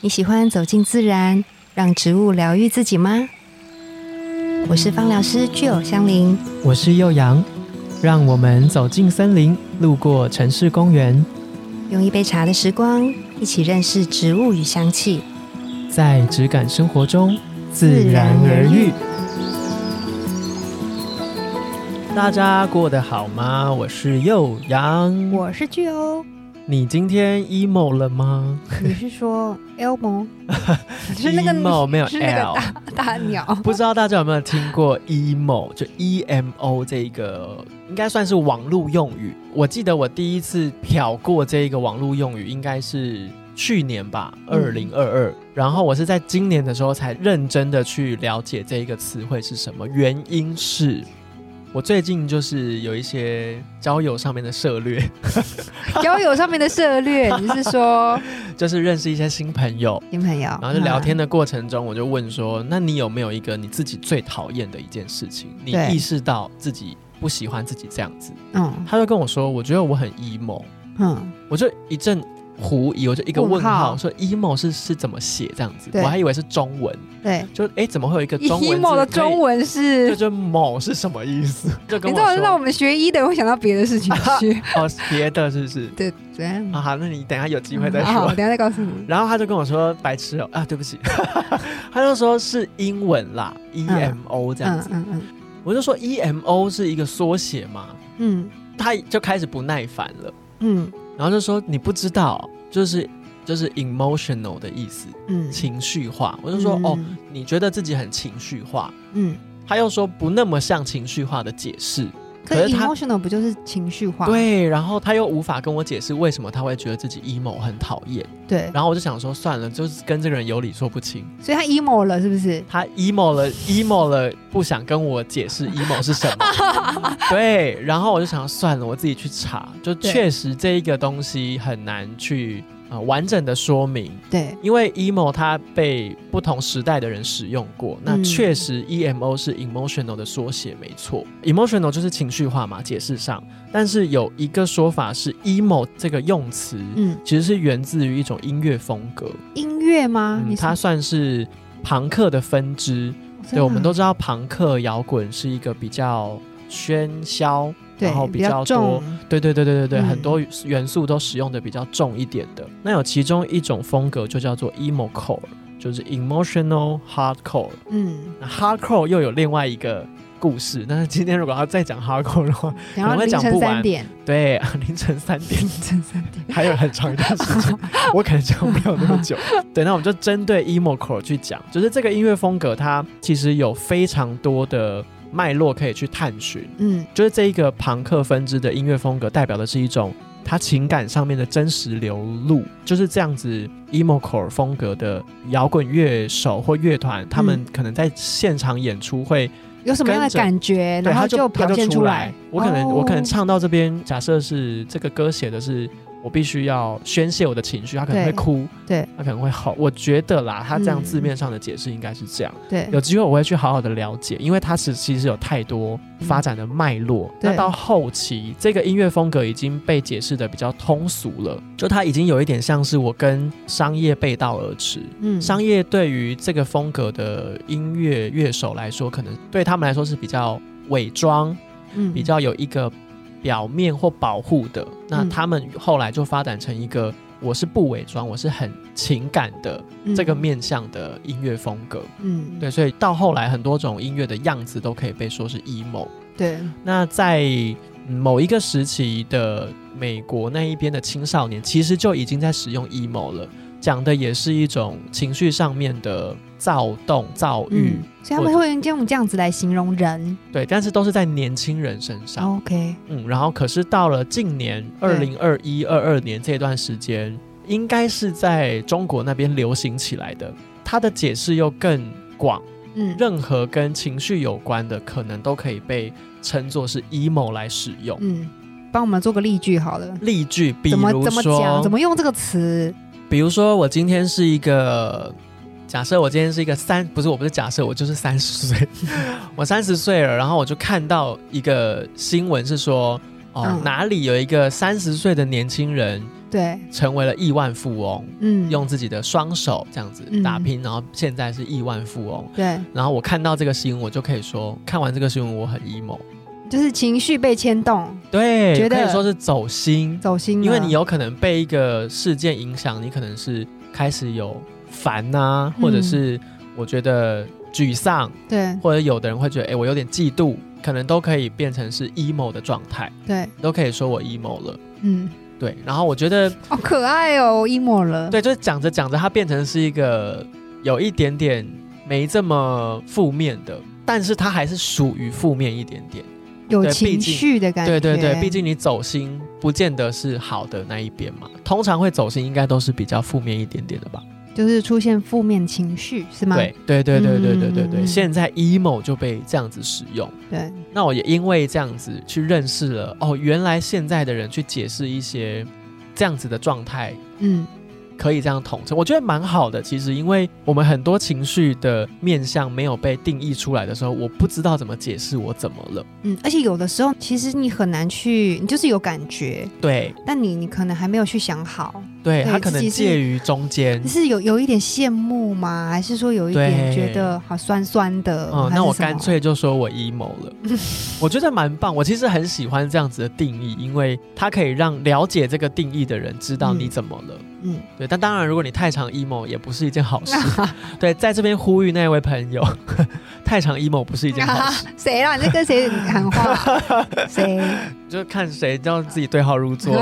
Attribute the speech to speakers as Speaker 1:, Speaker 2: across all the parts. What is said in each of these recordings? Speaker 1: 你喜欢走进自然，让植物疗愈自己吗？我是芳疗师具有香林，
Speaker 2: 我是幼阳，让我们走进森林，路过城市公园，
Speaker 1: 用一杯茶的时光，一起认识植物与香气。
Speaker 2: 在质感生活中自然而愈。大家过得好吗？我是幼阳，
Speaker 1: 我是具欧，
Speaker 2: 你今天 emo 了吗？
Speaker 1: 你是 说 Elmo？是 那
Speaker 2: emo
Speaker 1: 个
Speaker 2: 没有
Speaker 1: 是那
Speaker 2: L
Speaker 1: 个。大大鸟？
Speaker 2: 不知道大家有没有听过 emo，就 emo 这个应该算是网络用语。我记得我第一次瞟过这个网络用语，应该是去年吧，二
Speaker 1: 嗯
Speaker 2: 零二二。然后我是在今年的时候才认真的去了解这一个词汇是什么，原因是。我最近就是有一些交友上面的涉略，
Speaker 1: 交友上面的策略，你是说
Speaker 2: 就是认识一些新朋友，
Speaker 1: 新朋友？
Speaker 2: 然后就聊
Speaker 1: 嗯
Speaker 2: 天的过程中，我就问说：“那你有没有一个你自己最讨厌的一件事情？你
Speaker 1: 对
Speaker 2: 意识到自己不喜欢自己这样子？”
Speaker 1: 嗯
Speaker 2: 他就跟我说：“我觉得我很 emo。
Speaker 1: 嗯，”
Speaker 2: 我就一阵狐疑，我就一个问
Speaker 1: 问号
Speaker 2: 号，说：“emo 是是怎么写这样子？”
Speaker 1: 对
Speaker 2: 我还以为是中文，
Speaker 1: 对。
Speaker 2: 就哎怎么会有一个中文
Speaker 1: emo 的中
Speaker 2: 文？
Speaker 1: 文，
Speaker 2: 就是就某是什么意思？就 跟
Speaker 1: 你
Speaker 2: 我
Speaker 1: 知道让我
Speaker 2: 说
Speaker 1: 们学医的会想到别的事情 去。
Speaker 2: 哦，别的是不是？
Speaker 1: 对，怎样？
Speaker 2: 啊，好那你等一下有机会再
Speaker 1: 嗯好，
Speaker 2: 说
Speaker 1: 我。等一下再告诉你。
Speaker 2: 然后他就跟我说：“白痴哦、啊，对不起。” 他就说是英文啦，emo 这样
Speaker 1: 嗯
Speaker 2: 子。
Speaker 1: 嗯嗯
Speaker 2: 我就说 emo 是一个缩写嘛，
Speaker 1: 嗯
Speaker 2: 他就开始不耐烦了，
Speaker 1: 嗯
Speaker 2: 然后就说你不知道，就是就是 emotional 的意思，
Speaker 1: 嗯，
Speaker 2: 情绪化。我就说、
Speaker 1: 嗯
Speaker 2: 哦，，你觉得自己很情绪化，
Speaker 1: 嗯，
Speaker 2: 他又说不那么像情绪化的解释，
Speaker 1: 可
Speaker 2: 可
Speaker 1: 是
Speaker 2: 是他
Speaker 1: emotional 不就是情绪化？
Speaker 2: 对，然后他又无法跟我解释为什么他会觉得自己 emo 很讨厌，
Speaker 1: 对，
Speaker 2: 然后我就想说算了，就是跟这个人有理说不清。
Speaker 1: 所以他 emo 了，是不是？
Speaker 2: 他 emo 了，emo 了，不想跟我解释 emo 是什么。 对，然后我就想算了，我自己去查。就
Speaker 1: 对
Speaker 2: 确实这一个东西很难去呃完整的说明，
Speaker 1: 对，
Speaker 2: 因为 emo 它被不同时代的人使用过。那
Speaker 1: 嗯
Speaker 2: 确实 emo 是 emotional 的缩写，没错。emotional 就是情绪化嘛，解释上。但是有一个说法是 emo 这个用词。
Speaker 1: 嗯，
Speaker 2: 其实是源自于一种音乐风格，
Speaker 1: 音乐吗？
Speaker 2: 嗯，
Speaker 1: 你是
Speaker 2: 它算是朋克的分支，
Speaker 1: 真的
Speaker 2: 对，我们
Speaker 1: 啊
Speaker 2: 都知道朋克摇滚是一个比较喧嚣，
Speaker 1: 对
Speaker 2: 然后
Speaker 1: 比
Speaker 2: 比较多
Speaker 1: 重，，
Speaker 2: 对对对对对对，
Speaker 1: 嗯
Speaker 2: 很多元素都使用的比较重一点的。那有其中一种风格就叫做 emo core，就是 emotional hardcore。
Speaker 1: 嗯，
Speaker 2: 那 hardcore 又有另外一个故事，但是今天如果要再讲 hardcore 的话，
Speaker 1: 然后
Speaker 2: 会
Speaker 1: 凌
Speaker 2: 讲
Speaker 1: 晨
Speaker 2: 不
Speaker 1: 三
Speaker 2: 完
Speaker 1: 点，
Speaker 2: 对，凌晨三 点
Speaker 1: 凌晨三点，
Speaker 2: 还有很长一段时间，我可能讲不了那 么久。对，那我们就针对 emo core 去讲，就是这个音乐风格，它其实有非常多的脉络可以去探寻。
Speaker 1: 嗯
Speaker 2: 就是这一个朋克分支的音乐风格，代表的是一种它情感上面的真实流露，就是这样子 emo core 风格的摇滚乐手或乐团，他们可能在现场演出会
Speaker 1: 有什么样的
Speaker 2: 跟着
Speaker 1: 感觉，
Speaker 2: 对，
Speaker 1: 哎然
Speaker 2: 他
Speaker 1: 后
Speaker 2: 就
Speaker 1: 表
Speaker 2: 他就
Speaker 1: 现
Speaker 2: 出
Speaker 1: 来。
Speaker 2: 我可能、我可能
Speaker 1: 哦
Speaker 2: 唱到这边，假设是这个歌写的是我必须要宣泄我的情绪，他可能
Speaker 1: 对
Speaker 2: 会哭，
Speaker 1: 对，
Speaker 2: 他可能会吼。我觉得啦，他这样
Speaker 1: 嗯
Speaker 2: 字面上的解释应该是这样。
Speaker 1: 对，
Speaker 2: 有机会我会去好好的了解，因为它是其实有太多发展的脉络。那
Speaker 1: 对
Speaker 2: 到后期，这个音乐风格已经被解释的比较通俗了，就它已经有一点像是我跟商业背道而驰。
Speaker 1: 嗯
Speaker 2: 商业对于这个风格的音乐乐手来说，可能对他们来说是比较伪装，
Speaker 1: 嗯
Speaker 2: 比较有一个表面或保护的。那
Speaker 1: 嗯
Speaker 2: 他们后来就发展成一个，我是不伪装，我是很情感的
Speaker 1: 嗯
Speaker 2: 这个面向的音乐风格。
Speaker 1: 嗯
Speaker 2: 对，所以到后来很多种音乐的样子都可以被说是 emo。
Speaker 1: 对
Speaker 2: 那在嗯某一个时期的美国那一边的青少年，其实就已经在使用 emo 了，讲的也是一种情绪上面的躁动、躁郁，
Speaker 1: 嗯，所以他们会用这样子来形容人
Speaker 2: 对，但是都是在年轻人身上。
Speaker 1: ，OK，
Speaker 2: 嗯，然后可是到了近年二
Speaker 1: 哦对
Speaker 2: 零二一、二二年这段时间，应该是在中国那边流行起来的，它的解释又更广。
Speaker 1: 嗯，
Speaker 2: 任何跟情绪有关的，可能都可以被称作是 emo 来使用。
Speaker 1: 嗯，帮我们做个例句好了。
Speaker 2: 例句，比
Speaker 1: 怎么
Speaker 2: 如
Speaker 1: 怎么讲？怎
Speaker 2: 说，
Speaker 1: 么用这个词？
Speaker 2: 比如说，我今天是一个假设，我今天是一个三，不是我不是假设，我就是三十 岁，我三十岁了，然后我就看到一个新闻是说，哦，
Speaker 1: 嗯
Speaker 2: 哪里有一个三十岁的年轻人
Speaker 1: 对，
Speaker 2: 成为了亿万富翁，
Speaker 1: 嗯，
Speaker 2: 用自己的双手这样子
Speaker 1: 嗯
Speaker 2: 打拼，然后现在是亿万富翁。
Speaker 1: 对，
Speaker 2: 然后我看到这个新闻，我就可以说，看完这个新闻我很 emo，
Speaker 1: 就是情绪被牵动，
Speaker 2: 对，
Speaker 1: 觉得
Speaker 2: 可以说是走心，
Speaker 1: 走心了，啊
Speaker 2: 因为你有可能被一个事件影响，你可能是开始有烦呐、
Speaker 1: 嗯
Speaker 2: 或者是我觉得沮丧，
Speaker 1: 对
Speaker 2: 或者有的人会觉得，哎，我有点嫉妒，可能都可以变成是 emo 的状态，
Speaker 1: 对，
Speaker 2: 都可以说我 emo 了。
Speaker 1: 嗯，
Speaker 2: 对，然后我觉得，
Speaker 1: 好可爱哦，我 emo 了，
Speaker 2: 对，就是讲着讲着，它变成是一个有一点点没这么负面的，但是它还是属于负面一点点。
Speaker 1: 哦有
Speaker 2: 对毕
Speaker 1: 情
Speaker 2: 竟
Speaker 1: 绪的感觉，
Speaker 2: 对对对，毕竟你走心不见得是好的那一边嘛，通常会走心应该都是比较负面一点点的吧。
Speaker 1: 就是出现负面情绪是吗？
Speaker 2: 对对对对对对对
Speaker 1: 嗯
Speaker 2: 对，现在 emo 就被这样子使用。
Speaker 1: 对，
Speaker 2: 那我也因为这样子去认识了，哦，原来现在的人去解释一些这样子的状态，
Speaker 1: 嗯，
Speaker 2: 可以这样统称，我觉得蛮好的。其实，因为我们很多情绪的面向没有被定义出来的时候，我不知道怎么解释我怎么了。
Speaker 1: 嗯，而且有的时候其实你很难去，你就是有感觉，
Speaker 2: 对
Speaker 1: 但你你可能还没有去想好，
Speaker 2: 对，
Speaker 1: 对
Speaker 2: 它可能
Speaker 1: 自己是
Speaker 2: 介于中间
Speaker 1: 你。是有有一点羡慕吗？还是说有一点
Speaker 2: 对
Speaker 1: 觉得好酸酸的？
Speaker 2: 嗯，
Speaker 1: 还
Speaker 2: 那
Speaker 1: 是
Speaker 2: 我
Speaker 1: 什么
Speaker 2: 干脆就说我 emo 了，我觉得蛮棒。我其实很喜欢这样子的定义，因为它可以让了解这个定义的人知道你
Speaker 1: 嗯
Speaker 2: 怎么了。
Speaker 1: 嗯，
Speaker 2: 对，但当然，如果你太常 emo 也不是一件好 事。对，在这边呼吁那位朋友， 太常 emo 不是一件 好事，
Speaker 1: 谁啦？你在跟谁喊话？ 谁？
Speaker 2: 就是看谁叫自己对号 入座。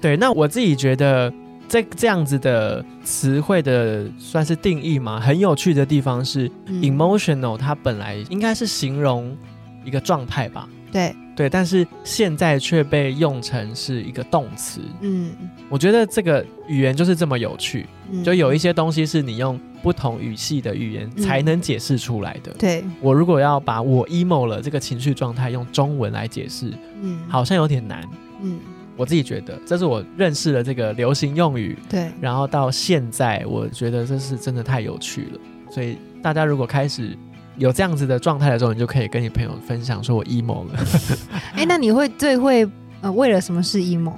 Speaker 2: 对，那我自己觉得这这样子的词汇的算是定义嘛，很有趣的地方是、
Speaker 1: 嗯
Speaker 2: emotional，它本来应该是形容一个状态吧。
Speaker 1: 嗯对，
Speaker 2: 对，但是现在却被用成是一个动词，
Speaker 1: 嗯，
Speaker 2: 我觉得这个语言就是这么有趣。
Speaker 1: 嗯
Speaker 2: 就有一些东西是你用不同语系的语言
Speaker 1: 嗯
Speaker 2: 才能解释出来的。
Speaker 1: 对，
Speaker 2: 我如果要把我 emo 了这个情绪状态用中文来解释，
Speaker 1: 嗯，，
Speaker 2: 好像有点难。
Speaker 1: 嗯，
Speaker 2: 我自己觉得，这是我认识了这个流行用语，
Speaker 1: 对，
Speaker 2: 然后到现在，我觉得这是真的太有趣了。所以大家如果开始有这样子的状态的时候，你就可以跟你朋友分享说我 emo 了。嗯
Speaker 1: 哎，那你会最会呃为了什么事 emo？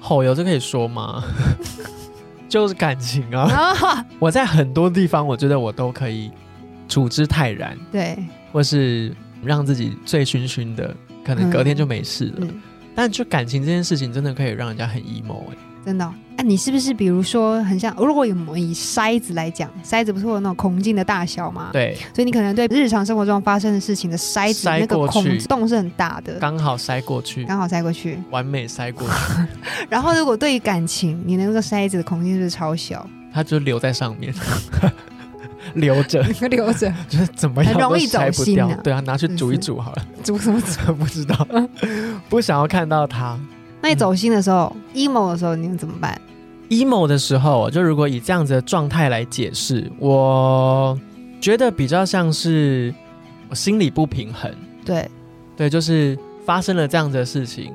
Speaker 2: 吼有这可以说吗？ 就是感情啊！
Speaker 1: 啊，
Speaker 2: 我在很多地方，我觉得我都可以处之泰然。
Speaker 1: 对，
Speaker 2: 或是让自己醉醺醺的，可能隔天就没事了。
Speaker 1: 嗯，
Speaker 2: 但就感情这件事情，真的可以让人家很 emo 哎、
Speaker 1: 真的哦。哎，你是不是比如说很像，如果我们以筛子来讲，筛子不是有那种孔径的大小吗？，
Speaker 2: 对，
Speaker 1: 所以你可能对日常生活中发生的事情的筛子
Speaker 2: 筛
Speaker 1: 那个
Speaker 2: 过
Speaker 1: 孔
Speaker 2: 去
Speaker 1: 洞是很大的，嗯
Speaker 2: 刚好塞过去，
Speaker 1: 刚好塞过去。
Speaker 2: 完美塞 过去，
Speaker 1: 然后如果对于感情，你的那个筛子的孔径是不是超小，
Speaker 2: 它就留在上 面，留着，
Speaker 1: 留着
Speaker 2: 就是怎么样
Speaker 1: 很
Speaker 2: 都
Speaker 1: 容易
Speaker 2: 塞不
Speaker 1: 走心
Speaker 2: 掉。
Speaker 1: 啊
Speaker 2: 对啊，拿去
Speaker 1: 是
Speaker 2: 煮一
Speaker 1: 是
Speaker 2: 煮好了，
Speaker 1: 煮什么 煮？
Speaker 2: 不 知道，不想要看到它。
Speaker 1: 那你走心的时候、emo 的时候，你们怎么办？
Speaker 2: emo 的时候，就如果以这样子的状态来解释，我觉得比较像是我心理不平衡。
Speaker 1: 对，
Speaker 2: 对，就是发生了这样子的事情，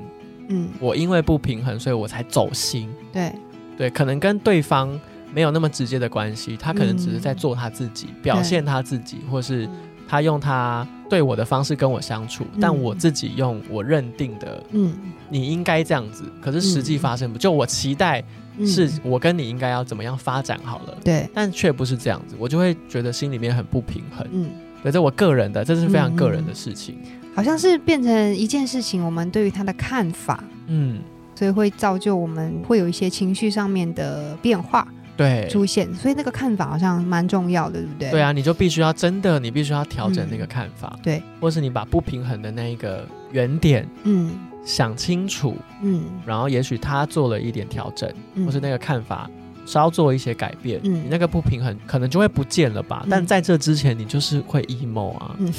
Speaker 1: 嗯，
Speaker 2: 我因为不平衡，所以我才走心。
Speaker 1: 对，
Speaker 2: 对，可能跟对方没有那么直接的关系，他可能只是在做他自己，表现他自己，或是他用他对我的方式跟我相处，
Speaker 1: 嗯
Speaker 2: 但我自己用我认定的，
Speaker 1: 嗯，
Speaker 2: 你应该这样子，可是实际发生不，就我期待
Speaker 1: 嗯
Speaker 2: 是我跟你应该要怎么样发展好了。
Speaker 1: 对，
Speaker 2: 但却不是这样子，我就会觉得心里面很不平衡。
Speaker 1: 嗯，
Speaker 2: 对，这我个人的，这是非常
Speaker 1: 嗯
Speaker 2: 个人的事情。
Speaker 1: 好像是变成一件事情，我们对于它的看法，
Speaker 2: 嗯，
Speaker 1: 所以会造就我们会有一些情绪上面的变化
Speaker 2: 对，
Speaker 1: 出现，所以那个看法好像蛮重要的，对不对？
Speaker 2: 对，啊，你就必须要真的，你必须要调整那个
Speaker 1: 嗯
Speaker 2: 看法，
Speaker 1: 对，
Speaker 2: 或是你把不平衡的那一个原点
Speaker 1: 嗯
Speaker 2: 想清楚，
Speaker 1: 嗯
Speaker 2: 然后也许他做了一点调整，
Speaker 1: 嗯，
Speaker 2: 或是那个看法稍做一些改变，
Speaker 1: 嗯
Speaker 2: 你那个不平衡可能就会不见了吧？
Speaker 1: 嗯
Speaker 2: 但在这之前，你就是会 emo 啊，
Speaker 1: 嗯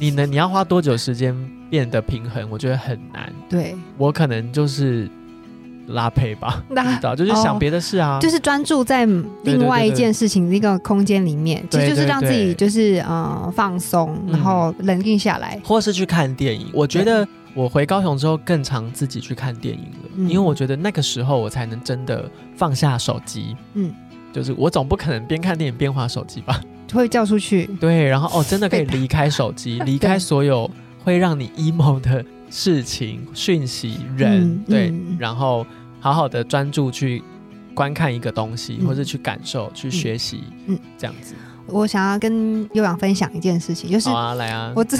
Speaker 2: 你呢？你要花多久时间变得平衡？我觉得很难，
Speaker 1: 对，
Speaker 2: 我可能就是拉胚吧，
Speaker 1: 那
Speaker 2: 知道就是想别的事啊，
Speaker 1: 哦就是专注在另外一件事情那个空间里面，其
Speaker 2: 对
Speaker 1: 实
Speaker 2: 对
Speaker 1: 就是让自己
Speaker 2: 对
Speaker 1: 就是呃放松，
Speaker 2: 嗯
Speaker 1: 然后冷静下来。
Speaker 2: 或是去看电影。我觉得我回高雄之后更常自己去看电影了，
Speaker 1: 嗯
Speaker 2: 因为我觉得那个时候我才能真的放下手机。
Speaker 1: 嗯
Speaker 2: 嗯，就是我总不可能边看电影边划手机 吧？
Speaker 1: 会叫出去。
Speaker 2: 对，然后哦，真的可以
Speaker 1: 被打
Speaker 2: 离开手机，离开所有会让你 emo 的事情、讯息、人，
Speaker 1: 嗯
Speaker 2: 对，
Speaker 1: 嗯
Speaker 2: 然后好好的专注去观看一个东西，
Speaker 1: 嗯
Speaker 2: 或是去感受、去学习，
Speaker 1: 嗯
Speaker 2: 嗯，这样子。
Speaker 1: 我想要跟悠扬分享一件事情，就是
Speaker 2: 好啊，来啊，
Speaker 1: 我 这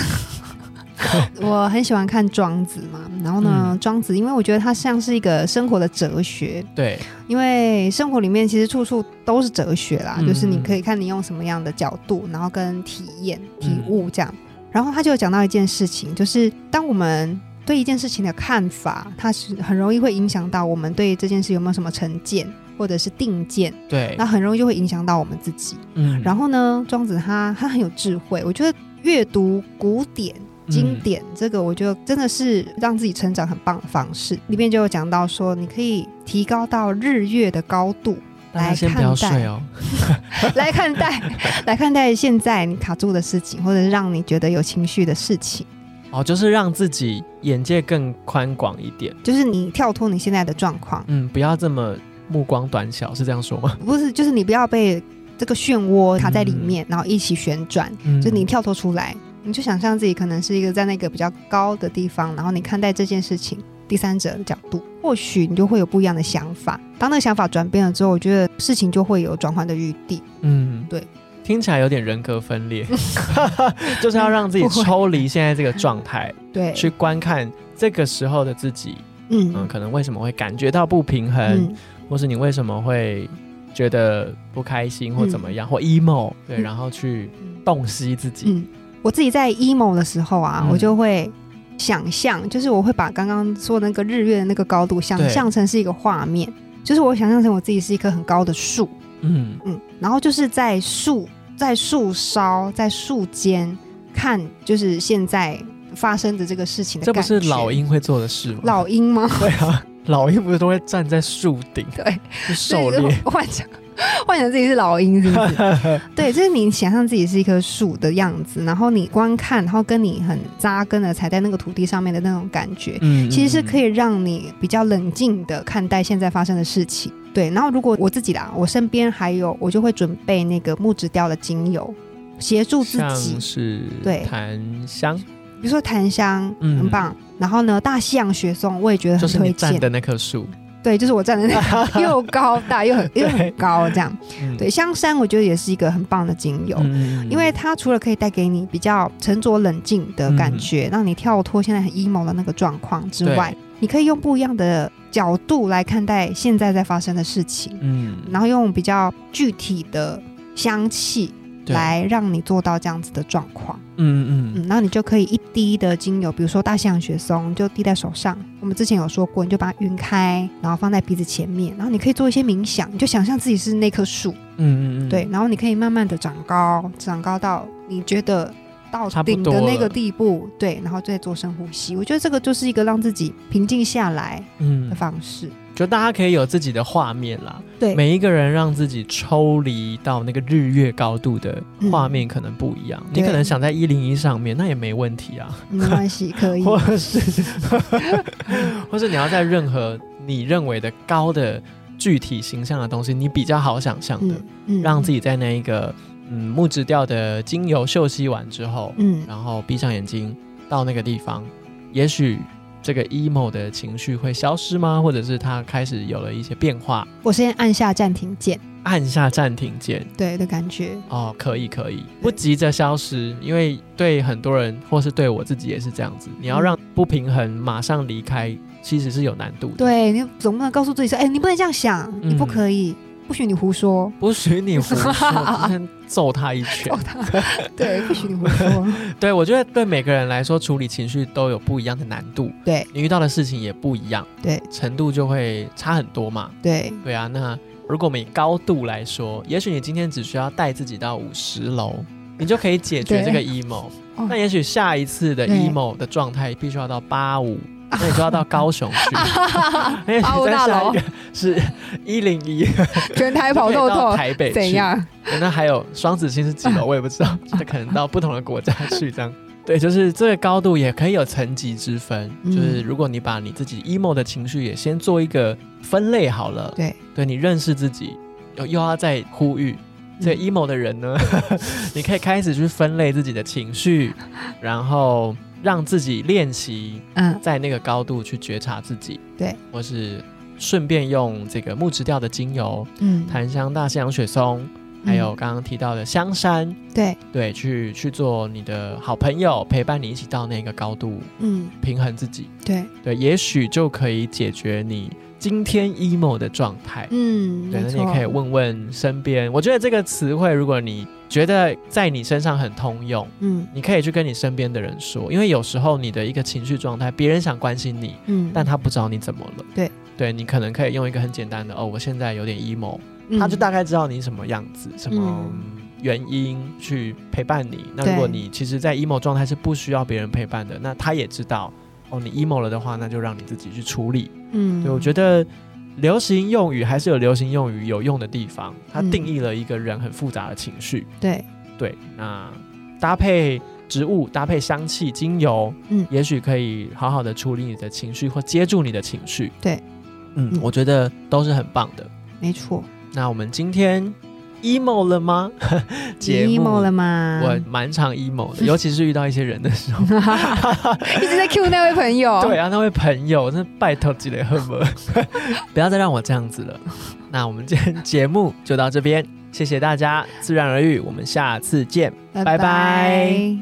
Speaker 1: 我很喜欢看庄子嘛，然后呢，
Speaker 2: 嗯
Speaker 1: 庄子因为我觉得它像是一个生活的哲学，
Speaker 2: 对，
Speaker 1: 因为生活里面其实处处都是哲学啦，
Speaker 2: 嗯
Speaker 1: 就是你可以看你用什么样的角度，然后跟体验、体悟这样。然后他就有讲到一件事情，就是当我们对一件事情的看法，它是很容易会影响到我们对这件事有没有什么成见或者是定见，
Speaker 2: 对，
Speaker 1: 那很容易就会影响到我们自己。
Speaker 2: 嗯
Speaker 1: 然后呢，庄子他他很有智慧，我觉得阅读古典。经，典这个，我觉得真的是让自己成长很棒的方式。里面就有讲到说，你可以提高到日月的高度
Speaker 2: 嗯大家先
Speaker 1: 来
Speaker 2: 不要
Speaker 1: 看待
Speaker 2: 睡哦，
Speaker 1: 来看待， 来看待现在你卡住的事情，或者是让你觉得有情绪的事情，
Speaker 2: 哦，就是让自己眼界更宽广一点，
Speaker 1: 就是你跳脱你现在的状况，
Speaker 2: 嗯，不要这么目光短小，是这样说吗？
Speaker 1: 不是，就是你不要被这个漩涡卡在里面，然后一起旋转，
Speaker 2: 嗯，
Speaker 1: 就你跳脱出来，你就想象自己可能是一个在那个比较高的地方，然后你看待这件事情第三者的角度，或许你就会有不一样的想法。当那个想法转变了之后，我觉得事情就会有转换的余地。
Speaker 2: 嗯，
Speaker 1: 对，
Speaker 2: 听起来有点人格分 裂，就是要让自己
Speaker 1: 不会
Speaker 2: 抽离现在这个状态，
Speaker 1: 对，
Speaker 2: 去观看这个时候的自己，
Speaker 1: 嗯
Speaker 2: 嗯，可能为什么会感觉到不平衡，
Speaker 1: 嗯
Speaker 2: 或是你为什么会觉得不开心或怎么样，或 emo，对，
Speaker 1: 嗯
Speaker 2: 然后去
Speaker 1: 嗯
Speaker 2: 洞悉自己，
Speaker 1: 嗯，我自己在 emo 的时候啊，
Speaker 2: 嗯
Speaker 1: 我就会想象，就是我会把刚刚说那个日月的那个高度想
Speaker 2: 对
Speaker 1: 象成是一个画面，就是我想象成我自己是一棵很高的树，
Speaker 2: 嗯
Speaker 1: 嗯，然后就是在树在树梢在树间看，就是现在发生的这个事情的
Speaker 2: 这不
Speaker 1: 感觉。
Speaker 2: 是老鹰会做的事吗？
Speaker 1: 老鹰吗？
Speaker 2: 对啊，老鹰不是都会站在树顶
Speaker 1: 对，
Speaker 2: 去 狩猎？
Speaker 1: 幻想幻想自己是老鹰，是不是？ 对，就是你想象自己是一棵树的样子，然后你观看，然后跟你很扎根的踩在那个土地上面的那种感觉，
Speaker 2: 嗯
Speaker 1: 其实是可
Speaker 2: 以，
Speaker 1: 以让你比较冷静的看待现在发生的事情。对，然后如果我自己啦，我身边还有，我就会准备那个木质调的精油，协助自
Speaker 2: 像
Speaker 1: 己，
Speaker 2: 是
Speaker 1: 对
Speaker 2: 檀香，
Speaker 1: 比如说檀香，
Speaker 2: 嗯
Speaker 1: 很棒。然后呢，大西洋雪松我也觉得
Speaker 2: 就
Speaker 1: 很
Speaker 2: 是你
Speaker 1: 推
Speaker 2: 站
Speaker 1: 荐。
Speaker 2: 的那棵树，
Speaker 1: 对，就是我站的 那个又高大又很又
Speaker 2: 对
Speaker 1: 很高这样。
Speaker 2: 嗯
Speaker 1: 对，香山我觉得也是一个很棒的精油。
Speaker 2: 嗯嗯
Speaker 1: 因为它除了可以带给你比较沉着冷静的感觉，让你跳脱现在很 emo 的那个状况之外，你可以用不一样的角度来看待现在在发生的事情，
Speaker 2: 嗯
Speaker 1: 然后用比较具体的香气
Speaker 2: 对
Speaker 1: 来让你做到这样子的状况。
Speaker 2: 嗯嗯
Speaker 1: 嗯，然后你就可以一滴的精油，比如说大象雪松，你就滴在手上。我们之前有说过，你就把它晕开，然后放在鼻子前面，然后你可以做一些冥想，你就想象自己是那棵树，
Speaker 2: 嗯嗯嗯，
Speaker 1: 对，，然后你可以慢慢的长高，长高到你觉得到
Speaker 2: 差不
Speaker 1: 顶的
Speaker 2: 多
Speaker 1: 那个
Speaker 2: 了
Speaker 1: 地步，对，然后再做深呼吸。我觉得这个就是一个让自己平静下来
Speaker 2: 嗯
Speaker 1: 的，方式。
Speaker 2: 就大家可以有自己的画面啦，
Speaker 1: 对
Speaker 2: 每一个人让自己抽离到那个日月高度的画面可能不一样，你
Speaker 1: 嗯对
Speaker 2: 可能想在一零一上面，那也没问题啊，
Speaker 1: 没关系，可 以。
Speaker 2: 或是或是你要在任何你认为的高的具体形象的东西，你比较好想象的，
Speaker 1: 嗯嗯
Speaker 2: 让自己在那一个嗯木质调的精油嗅吸完之后，
Speaker 1: 嗯
Speaker 2: 然后闭上眼睛到那个地方，也许这个 emo 的情绪会消失吗？或者是它开始有了一些变化？
Speaker 1: 我先按下暂停键，
Speaker 2: 按下暂停键
Speaker 1: 对的感觉。
Speaker 2: 哦，可以可以，不急着消失，因为对很多人或是对我自己也是这样子，你
Speaker 1: 嗯
Speaker 2: 要让不平衡马上离开，其实是有难度的。，
Speaker 1: 对你总不能告诉自己说，哎、你不能这样想，你不
Speaker 2: 嗯
Speaker 1: 可以，不许你胡 说。
Speaker 2: 不许你 胡说，我之前揍他一拳
Speaker 1: 揍。他，对，不许你胡说，
Speaker 2: 对我觉得对每个人来说，处理情绪都有不一样的难度，
Speaker 1: 对
Speaker 2: 你遇到的事情也不一样，
Speaker 1: 对，
Speaker 2: 程度就会差很多嘛。
Speaker 1: 对，
Speaker 2: 对啊，那如果我们以高度来说，也许你今天只需要带自己到五十楼，你就可以解决
Speaker 1: 对
Speaker 2: 这个 emo。
Speaker 1: 哦
Speaker 2: 那也许下一次的
Speaker 1: 对
Speaker 2: emo 的状态必须要到八五，那你就要到高 雄去。
Speaker 1: 85大
Speaker 2: 那也许再下一
Speaker 1: 楼
Speaker 2: 个是一零一，
Speaker 1: 全台
Speaker 2: 还
Speaker 1: 跑透透，
Speaker 2: 台北去
Speaker 1: 怎？样？
Speaker 2: 对那还有双子星是几 楼？我也不知道，就可能到不同的国家去这样。 对，就是这个高度也可以有层级之分，
Speaker 1: 嗯
Speaker 2: 就是如果你把你自己 emo 的情绪也先做一个分类好了，
Speaker 1: 对，
Speaker 2: 对你认识自己，又又要再呼吁这
Speaker 1: 嗯
Speaker 2: emo 的人呢， 你可以开始去分类自己的情 绪，然后让自己练习
Speaker 1: 嗯，
Speaker 2: 在那个高度去觉察自己，
Speaker 1: 对，
Speaker 2: 或是顺便用这个木质调的精油，
Speaker 1: 嗯，
Speaker 2: 檀香、大西洋雪松，还有刚刚提到的香山，
Speaker 1: 嗯对，
Speaker 2: 对，去去做你的好朋友，陪伴你一起到那个高度，
Speaker 1: 嗯，
Speaker 2: 平衡自己，
Speaker 1: 对，
Speaker 2: 对，也许就可以解决你今天 emo 的状态。
Speaker 1: 嗯，
Speaker 2: 对，
Speaker 1: 没
Speaker 2: 那
Speaker 1: 错，
Speaker 2: 你可以问问身边，我觉得这个词汇，如果你觉得在你身上很通用，
Speaker 1: 嗯
Speaker 2: 你可以去跟你身边的人说，因为有时候你的一个情绪状态，别人想关心你，
Speaker 1: 嗯，
Speaker 2: 但他不知道你怎么了。
Speaker 1: 对，
Speaker 2: 对你可能可以用一个很简单的哦，我现在有点 emo，、他
Speaker 1: 嗯
Speaker 2: 就大概知道你什么样子，什么原因去陪伴你。那如果
Speaker 1: 对
Speaker 2: 你其实，在 emo 状态是不需要别人陪伴的，那他也知道哦，你 emo 了的话，那就让你自己去处理。
Speaker 1: 嗯，嗯，
Speaker 2: 对，我觉得流行用语还是有流行用语有用的地方，它
Speaker 1: 嗯
Speaker 2: 定义了一个人很复杂的情绪。
Speaker 1: 对，
Speaker 2: 对，那搭配植物、搭配香气、精油，
Speaker 1: 嗯
Speaker 2: 也许可以好好的处理你的情绪或接住你的情绪。
Speaker 1: 对，
Speaker 2: 嗯，
Speaker 1: 嗯
Speaker 2: 我觉得都是很棒的。
Speaker 1: 没错，
Speaker 2: 那我们今天 emo 了吗？节
Speaker 1: 你
Speaker 2: 目
Speaker 1: emo 了吗？
Speaker 2: 我蛮常 emo 的，尤其是遇到一些人的时候。
Speaker 1: 一直在 Q 那位朋友，
Speaker 2: 对，啊，那位朋友，那拜托积累恨不，不要再让我这样子了。那我们今天节目就到这边，谢谢大家，自然而愈，我们下次见。拜
Speaker 1: 拜
Speaker 2: 拜